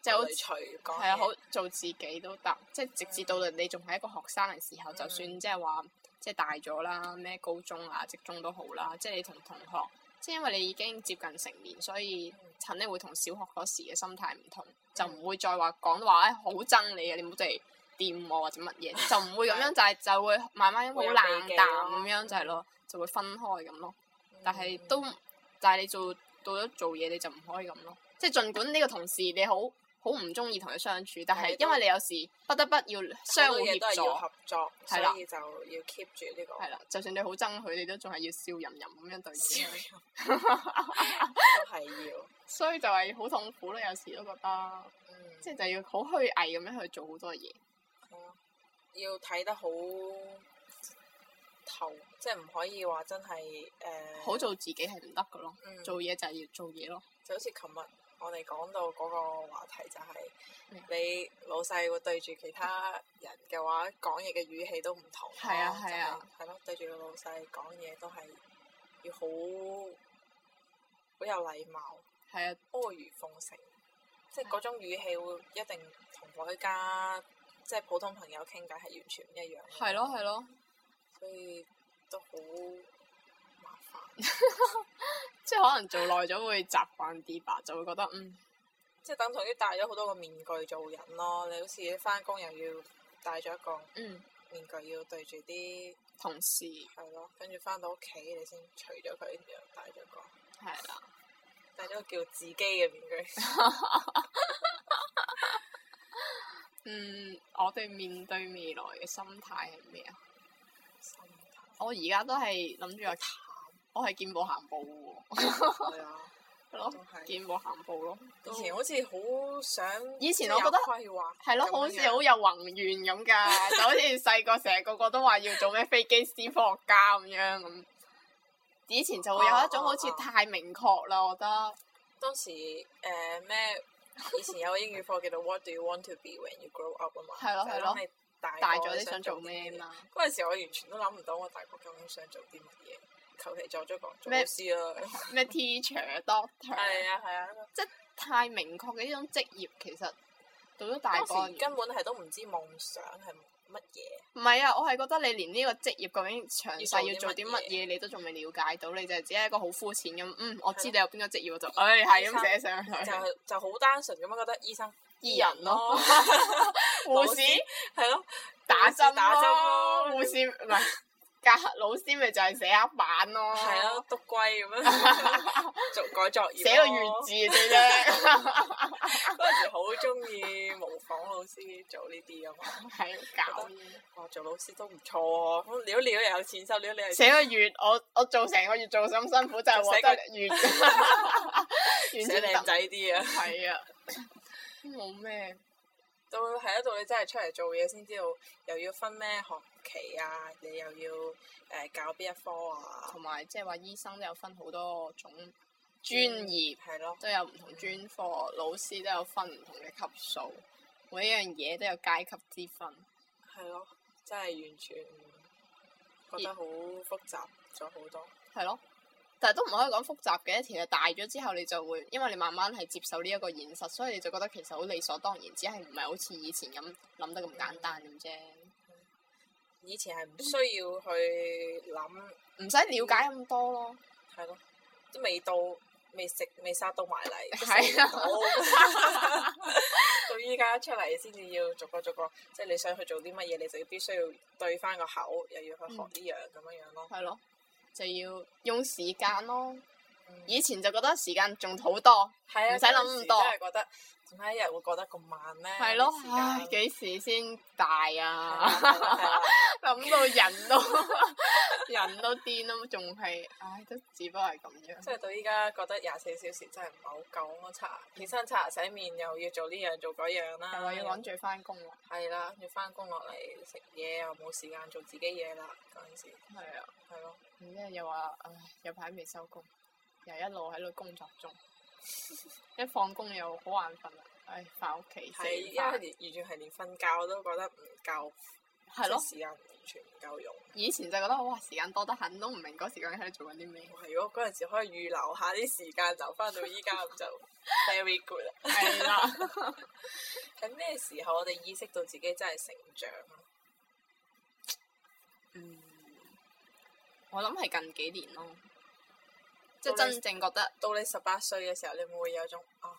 C: 即係好
D: 隨隨講
C: 係啊，
D: 嘢，
C: 好做自己都得，即係直至到你仲係一個學生嘅時
D: 嗯
C: 候，就算即係話即係大咗啦，咩高中啊、職中都好啦，即係你同同學，即係因為你已經接近成年，所以
D: 嗯
C: 肯定會同小學嗰時嘅心態唔同，就唔會再話講話誒好憎你啊，你唔好嚟掂我或者乜嘢，就唔會 咁樣，就係就會慢慢好
D: 會有
C: 冷
D: 避忌
C: 淡
D: 咯
C: 咁樣就係咯，就會分開咁咯。
D: 嗯，
C: 但係都唔，但係你做到咗做嘢你就唔可以咁咯。即係儘管呢個同事你好好唔中意同佢相處，但係
D: 係都
C: 因為你有時不得不要
D: 好
C: 相
D: 多
C: 互
D: 嘢都
C: 協
D: 係要
C: 助，
D: 合作，所
C: 係啦
D: 以就要 keep 住呢個
C: 係啦，就算你好憎佢，你都仲係要笑吟吟咁樣對
D: 笑
C: 住佢，
D: 容，都係要。
C: 所以就係好痛苦咯。有時都覺得，
D: 嗯
C: 即係就要好虛偽咁樣去做好多嘢。
D: 係啊要睇得好透，即係唔可以話真係誒，呃
C: 好做自己係唔得噶咯，
D: 嗯
C: 做嘢就係要做嘢咯。
D: 就好似琴日我哋講到嗰個話題就係、
C: 咩啊
D: 你老細會對住其他人嘅話講嘢嘅語氣都唔同咯，
C: 係啊
D: 真
C: 係啊，
D: 係咯，對住個老細講嘢都係要好好有禮貌，
C: 係啊，
D: 阿諛奉承，即係嗰種語氣會一定同我依家即係普通朋友傾偈係完全唔一樣嘅。
C: 係咯係咯，
D: 所以都好麻煩。
C: 即係可能做耐咗會習慣啲吧，就會覺得嗯
D: 即係等同於戴咗好多個面具做人咯。你好似翻工又要戴咗一個
C: 嗯，
D: 面具，要對住啲
C: 同事
D: 係咯，跟住翻到屋企你先除咗佢，然後戴咗個
C: 係啦，
D: 戴咗個叫自己嘅 面具。
C: 嗯，我哋面對未來嘅心態係咩啊？
D: 心態
C: 我而家都係諗住話，我係見步行步喎，
D: 係啊，
C: 係咯
D: 都，係
C: 見步行步咯。
D: 以前好似好想
C: 以前我覺得
D: 有規劃，
C: 係咯，好似好有宏願咁㗎， 就好似細個成日個個都話要做咩飛機師、科學家咁樣咁。以前就會有一種好似
D: 哦哦哦
C: 太明確啦，我覺得。
D: 當時誒咩、以前有個英語課叫做 What do you want to be when you grow up 啊嘛，
C: 係咯
D: 就係
C: 係咯
D: 諗你大
C: 大
D: 個
C: 咗
D: 你
C: 你想做
D: 啲
C: 咩啊嘛？
D: 嗰陣時我完全都諗唔到我大個究竟想做啲乜嘢，求其做咗個做老
C: 咩
D: 師啦，
C: 咩 teacher、doctor，
D: 係啊係啊，
C: 太明確嘅呢種職業，其實到咗大
D: 當
C: 個
D: 時
C: 人，
D: 根本係都唔知夢想係乜嘢，
C: 唔係啊！我係覺得你連呢個職業究竟詳細要
D: 要做
C: 做
D: 啲
C: 啲
D: 乜嘢
C: 乜嘢，你都仲未了解到，你就係只係一個好膚淺咁。嗯，我知
D: 係
C: 你有邊個職業，我就唉係
D: 醫生
C: 咁寫上去。
D: 就係就好單純咁樣覺得醫生
C: 醫人咯，
D: 老
C: 護士
D: 師 係咯，
C: 打
D: 老
C: 針
D: 師打針
C: 咯，
D: 咯
C: 護士唔係教老師咪就係寫黑板咯，
D: 係咯，篤龜咁 樣做改作業，
C: 寫個月字。嘅最叻，
D: 嗰陣時好中意模仿老師做呢啲啊嘛，
C: 係搞嘢。
D: 哇！做老師都唔錯喎，咁料料又有錢收，料料又
C: 寫個月，我我做成個月做咁辛苦，就係獲得 月，完
D: 寫
C: 全
D: 靚
C: 得
D: 仔啲啊，
C: 係啊，冇咩
D: 到係啊，到你真係出嚟做嘢先知道，又要分咩學期啊，你又要誒、呃教邊一科啊，
C: 同埋即係話醫生都有分好多種專業，
D: 係咯，
C: 都有唔同專科，老師都有分唔同嘅級數，每一樣嘢都有階級之分。
D: 係咯，真係完全覺得好複雜咗好多，
C: 係咯。但係都唔可以講複雜嘅，其實大咗之後你就會，因為你慢慢係接受呢一個現實，所以你就覺得其實好理所當然，只係唔係好似以前咁諗得咁簡單咁啫，
D: 以前係唔需要去諗，
C: 唔使了解咁多咯。
D: 係咯，都未到。未食未殺到埋 嚟，都
C: 係啊
D: 食唔到 到依家出嚟先至要逐個逐個，即係你想去做啲乜嘢，你就要必須要對翻個口，又要去學呢樣咁樣樣咯。
C: 係咯，就要用時間咯。
D: 嗯
C: 以前就覺得時間仲好多，
D: 係啊，
C: 唔使諗咁多
D: 嗰陣時真係覺得點解一日會過得咁慢咧？
C: 係咯
D: 啲時，間
C: 唉，幾時先大
D: 係
C: 啊
D: 啊？係啊係啊
C: 諗到人都 人都癲咯，仲係唉，都只不過係咁樣。
D: 即係到啊依家覺得廿四小時真係唔係好夠咯，刷牙起身刷牙洗面又要做呢樣做嗰樣啦，
C: 嗯係話要揾住翻工啦，
D: 係啦，要翻工落嚟食嘢又冇時間做自己嘢啦，嗰陣時
C: 係啊，
D: 係咯，
C: 然之後又話唉，有排未收工，又一路喺度工作中， 一放工又好眼瞓啦，唉，翻屋企
D: 係
C: 食
D: 因為
C: 完飯，
D: 完全係連瞓覺都覺得唔夠，
C: 係咯
D: 即係。時間完全唔夠用。
C: 以前就覺得哇，時間多得很，都唔明嗰時究竟喺度做緊啲 咩。
D: 哇！如果嗰陣時可以預留下啲時間留翻到依家咁 就 very good 啦。
C: 係 啦。
D: 喺咩時候我哋意識到自己真係成長啊？
C: 嗯，我諗係近幾年咯，即係真正覺得，
D: 到你十八歲嘅時候，你會唔會有種啊？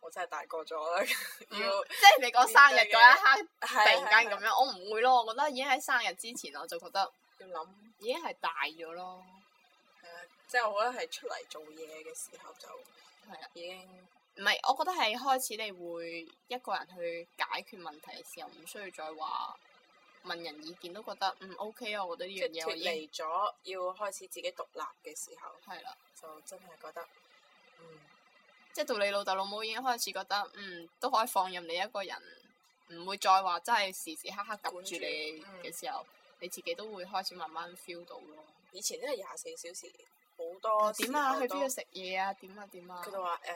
D: 我真係大個咗啦，
C: 嗯
D: 要
C: 即係你講生日嗰一刻，突
D: 係
C: 然間咁樣，我唔會咯。我覺得已經喺生日之前，我就覺得
D: 要諗，
C: 已經係大咗咯。
D: 係啊，即係我覺得係出嚟做嘢嘅時候就
C: 係啊，
D: 已經
C: 唔係，我覺得係開始你會一個人去解決問題嘅時候，唔需要再話問人意見，都覺得嗯 OK 啊。我覺得呢
D: 即
C: 樣
D: 係
C: 嘢我
D: 脱
C: 已經
D: 離咗，要開始自己獨立嘅時候，
C: 係啦。
D: 就真係覺得嗯
C: 即係到你老豆老母已經開始覺得，嗯，都可以放任你一個人，唔會再話真係時時刻刻
D: 管
C: 及
D: 住
C: 住你
D: 嗯
C: 嘅時候，你自己都會開始慢慢 feel 到咯。
D: 以前真係廿四小時好多
C: 點啊？去
D: 時候
C: 邊
D: 都
C: 度食嘢啊？點啊？點啊？
D: 佢就話誒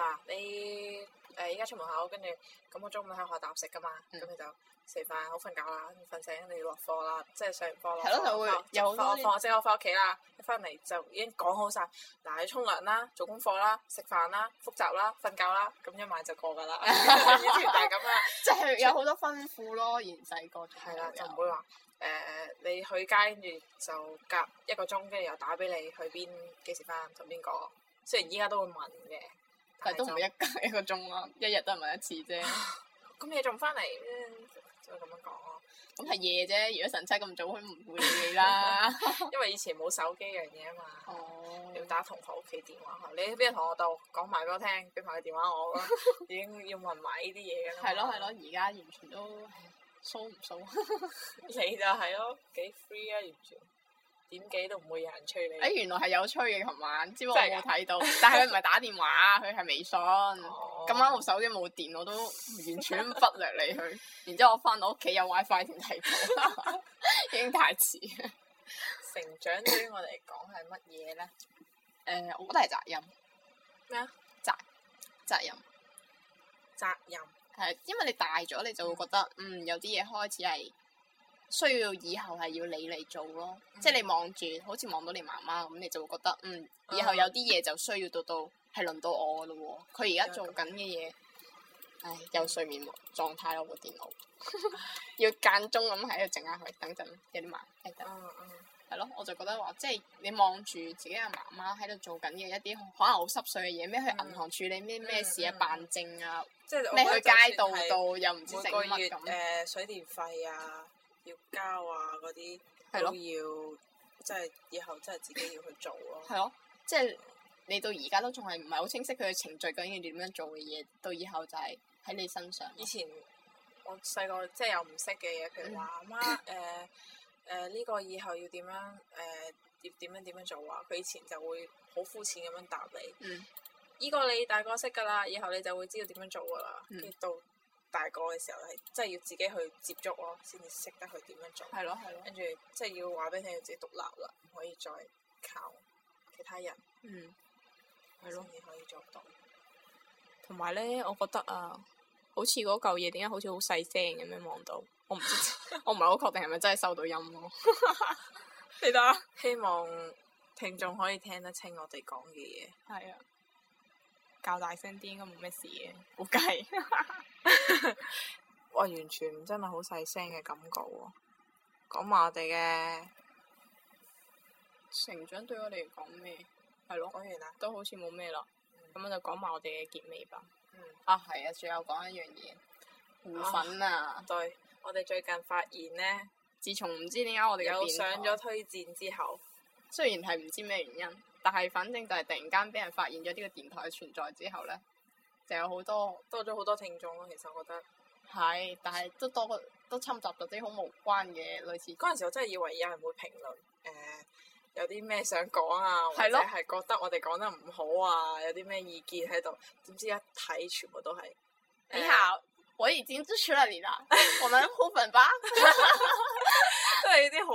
D: 嗱，你呃誒依家出門口，跟住咁我中午喺學校搭食噶嘛，咁
C: 嗯
D: 你就食飯好瞓覺啦，瞓醒你要落課啦，即係上完課落
C: 係咯
D: 課
C: 就會
D: 返
C: 有好
D: 放
C: 多
D: 我
C: 呢
D: 放學即刻翻屋企啦，一翻嚟就已經講好晒，嗱你沖涼啦，做功課啦，食飯啦，復習啦，瞓覺啦，咁一晚就過㗎啦，以前就係咁 啦。
C: 即係有好多吩咐咯，然細個仲
D: 係啦，就唔
C: 有
D: 會話誒、你去街跟住就隔一個鐘，跟住又打俾你去邊幾時翻同邊個。雖然依家都會問嘅，
C: 但係都唔
D: 就
C: 會一隔一個鐘啦，一日都係問一次啫。
D: 咁你仲唔翻嚟？嗯只會咁樣講咯。
C: 咁係夜啫，如果神差咁早，佢唔會理你 啦。
D: 因為以前冇手機樣嘢啊嘛，
C: 哦
D: 要打同學屋企電話去。你喺邊個同學度講埋俾我聽，俾埋個電話我 咯，已經要問埋呢啲嘢㗎啦。
C: 係咯係咯，，而家完全都唉騷唔騷？
D: 你就係咯，幾 free 啊，完全點幾都唔會有人催你。
C: 誒原來係有吹嘅，琴晚，只不過我
D: 真係
C: 冇
D: 㗎
C: 睇 到。但係佢唔係打電話，佢係微信。
D: 哦
C: 咁啊啱我手機冇電，我都完全忽略你 佢。然之後我翻到屋企有 WiFi 先睇到， 已經太遲。誒、
D: 成長對於我嚟講係乜嘢 咧？
C: 呃我覺得係責任，
D: 咩啊？
C: 責責任
D: 責任。
C: 係因為你大咗，你就會覺得嗯有啲嘢開始係需要以後係要你嚟做咯。即係你望住，好似望到你媽媽咁，你就會覺得嗯以後有啲嘢就需要到到係輪到我咯喎。佢而家做緊嘅嘢，唉有睡眠狀態咯，部電腦 要間中咁喺度整下佢，等陣有啲慢，誒等。
D: 嗯嗯。
C: 係咯，我就覺得話，即係你望住自己阿媽媽喺度做緊嘅一啲可能好濕碎嘅嘢，咩去銀行處理咩咩事啊
D: 嗯、嗯
C: 辦證啊，
D: 即係我
C: 咩
D: 覺得
C: 去
D: 就算
C: 街道
D: 係
C: 度又唔知食
D: 每個
C: 乜
D: 月誒、
C: 咁，
D: 水電費啊、要交啊嗰啲
C: 係咯
D: 都要，即係以後真係自己要去做咯。
C: 係咯，即係你到而家都仲係唔係好清晰佢嘅程序究竟要點樣做嘅嘢，到以後就係喺你身上。
D: 以前我細個即係有唔識嘅嘢，譬 如話媽誒誒呢個以後要點樣誒、要點樣點樣做啊？佢以前就會好膚淺咁樣答你。
C: 嗯
D: 呢個你大個識㗎啦，以後你就會知道點樣做㗎啦。
C: 嗯
D: 跟住、到大個嘅時候係真係要自己去接觸咯，先至識得去點樣做。
C: 係咯係咯，
D: 跟住即係要話俾你聽，要自己獨立啦，唔可以再靠其他人
C: 嗯，係
D: 先
C: 咯。
D: 至可以做到。
C: 同埋咧，我覺得啊，好似嗰嚿嘢點解好似好細聲咁樣望到，我唔知， 我唔係好確定係咪真係收到音咯。 你得
D: 希望聽眾可以聽得清我哋講嘅嘢。
C: 係啊，較大聲啲應該冇咩事嘅，估計。
D: 哇！完全真係好細聲嘅感覺喎、講埋我哋嘅，
C: 成長對我哋嚟講咩？係
D: 講
C: 咯，
D: 完啦。
C: 都好似冇咩啦。咁我就講埋我哋嘅結尾吧。
D: 嗯，
C: 啊，係啊，最後講一樣嘢，糊粉啊！
D: 對，我哋最近發現呢，
C: 自從唔知點解我哋嘅
D: 有
C: 電
D: 上
C: 台
D: 咗，推薦之後，
C: 雖然係唔知咩原因，但係反正就係突然間俾人發現咗呢個電台嘅存在之後咧，就有好多
D: 多咗好多聽眾咯。其實我覺得
C: 係，但係都多個都侵襲咗啲好無關嘅類似。
D: 嗰陣時我真係以為有人會評論誒、有啲咩想講啊，或
C: 係
D: 者
C: 咯
D: 係覺得我哋講得唔好啊，有啲咩意見喺度，點知一睇全部都係
C: 你
D: 誒
C: 好，呃我已經支持了你啦，我們糊粉吧！
D: 都係啲好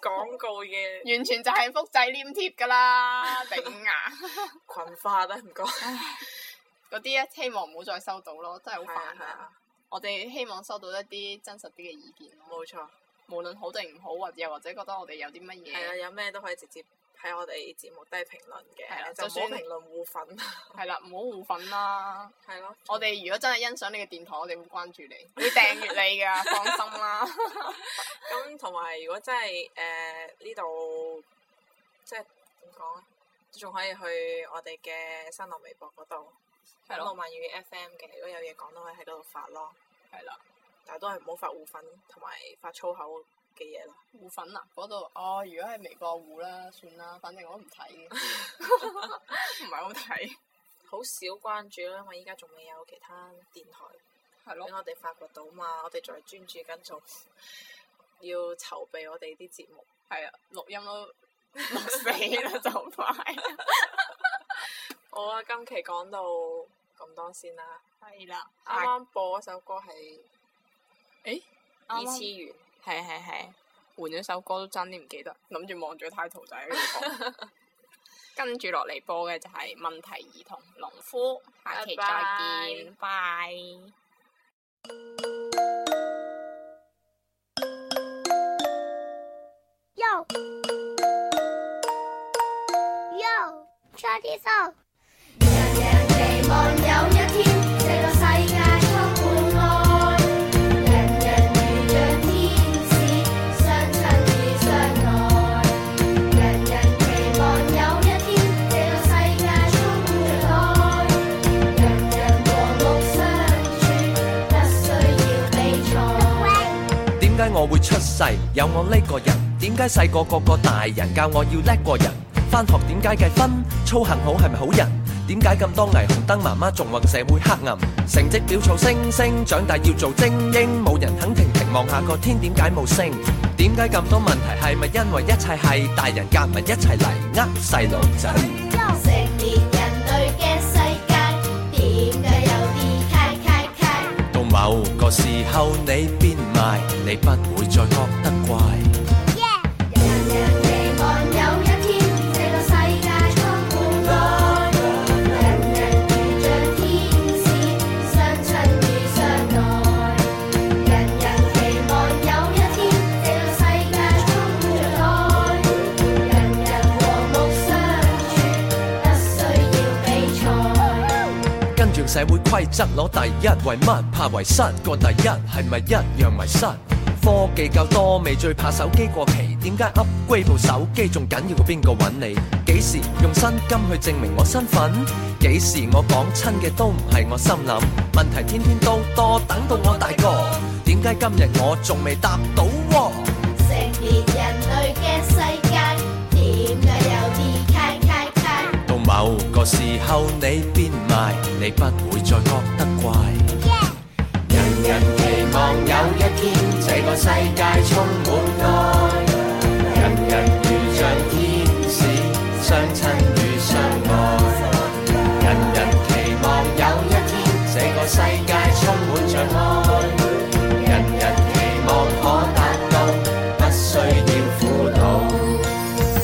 D: 廣 告嘅
C: 完全就係複製黏貼噶啦，頂啊！
D: 群化啦，唔該。
C: 嗰啲咧，希望唔好再收到咯，真係好
D: 係啊
C: 煩
D: 係
C: 啊
D: 啊！，
C: 我哋希望收到一啲真實啲嘅意見咯，
D: 冇錯，
C: 無論好定唔好，或者又或者覺得我哋有啲乜
D: 係啊，
C: 嘢，
D: 有咩都可以直接喺我哋節目低評論
C: 係啦
D: 嘅，就
C: 就
D: 唔
C: 算
D: 好評論互粉。
C: 係啦，唔好互粉啦。
D: 係咯，
C: 我哋如果真係欣賞你嘅電台，我哋會關注你， 會訂閱你 噶，放心啦。
D: 咁同埋如果真係誒呢度，即係點講咧？仲可以去我哋嘅新浪微博嗰度，
C: 係咯
D: 響浪漫語 FM 嘅，如果有嘢講都可以喺嗰度發咯。
C: 係啦，
D: 但係都係唔好發互粉同埋發粗口嘅嘢啦。
C: 互粉啊，嗰度哦，如果係微博互啦，算啦，反正我都唔睇嘅， 唔係好睇，
D: 好少關注啦，因為依家仲未有其他電台
C: 係
D: 俾
C: 咯，
D: 我哋發掘到嘛，我哋仲係專注緊做，要籌備我哋啲節目。
C: 係啊，錄音都錄死啦，就快。
D: 好啊，今期講到咁多先啦。
C: 係啦，
D: 啱
C: 啱
D: 啱播嗰首歌係
C: 誒
D: 二
C: 啱
D: 次
C: 啱
D: 元。
C: 係係係，換咗首歌都真啲唔記得，諗住望住個 title 仔喺度講。跟住落嚟播嘅就係問題兒童農夫，下期再見，拜。
E: Yo. Yo. Try this out.
F: 人人期望有一天，這個世界充滿愛。人人如像天使，相親與相愛。人人期望有一天，這個世界充滿愛。人人和睦相處，不需要比賽。
G: 出世，有我呢個人。點解細個個個大人教我要叻過人？翻學點解計分？操行好係咪好人？點解咁多霓虹燈？媽媽仲話社會黑暗，成績表儲星星，長大要做精英，冇人肯停停望下個天，點解冇星？點解咁多問題？係咪因為一切係大人夾埋一齊嚟呃細路仔？
F: 成年人類嘅世界，點解有啲卡卡卡？
G: 到某個時候你變賣，你不會再覺得怪。
F: 人人期望有一天，這個世界充滿愛。人人遇著天使，相親與相愛。人人期望有一天，這個世界充滿愛。人人和睦相處，不需要比賽。
G: 跟住社會規則攞第一，為乜怕遺失個第一？係咪一樣迷失？科技夠多未，最怕手機過期。點解 upgrade 部手機仲緊要過邊個揾你？幾時用薪金去證明我身份？幾時我講親嘅都唔係我心諗？問題天天都多，等到我大個，點解今日我仲未答到喎？
F: 成年人類嘅世界，點解有啲卡卡卡？
G: 到某個時候你變賣，你不會再覺得怪。人人期望有一天，這個世界充滿愛，人人遇像天使，相親與相愛。人人期望有一天，這個世界充滿着愛，人人期望可達到，不需要苦惱。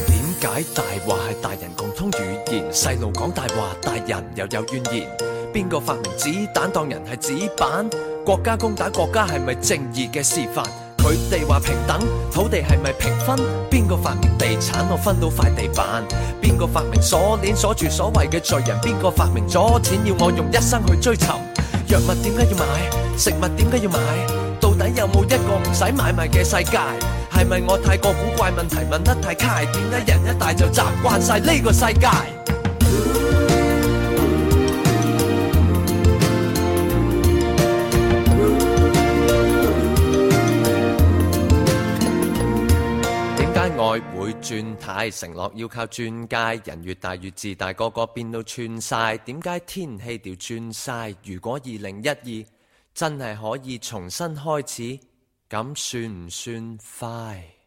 G: 點解大話係大人共通語言？細路講大話，大人又有怨言。邊個發明子彈當人係紙板？國家攻打國家係咪正義嘅示範？佢哋話平等，土地係咪平分？邊個發明地產？我分到塊地板。邊個發明鎖鏈鎖住所謂嘅罪人？邊個發明咗錢要我用一生去追尋？藥物點解要買？食物點解要買？到底有冇一個唔使買賣嘅世界？係咪我太過古怪問題問得太開？點解人一大就習慣晒呢個世界？點解愛會轉態？承諾要靠轉介，人越大越自大，個個變到串晒。點解天氣調轉晒？如果二零一二真係可以重新開始，咁算唔算快？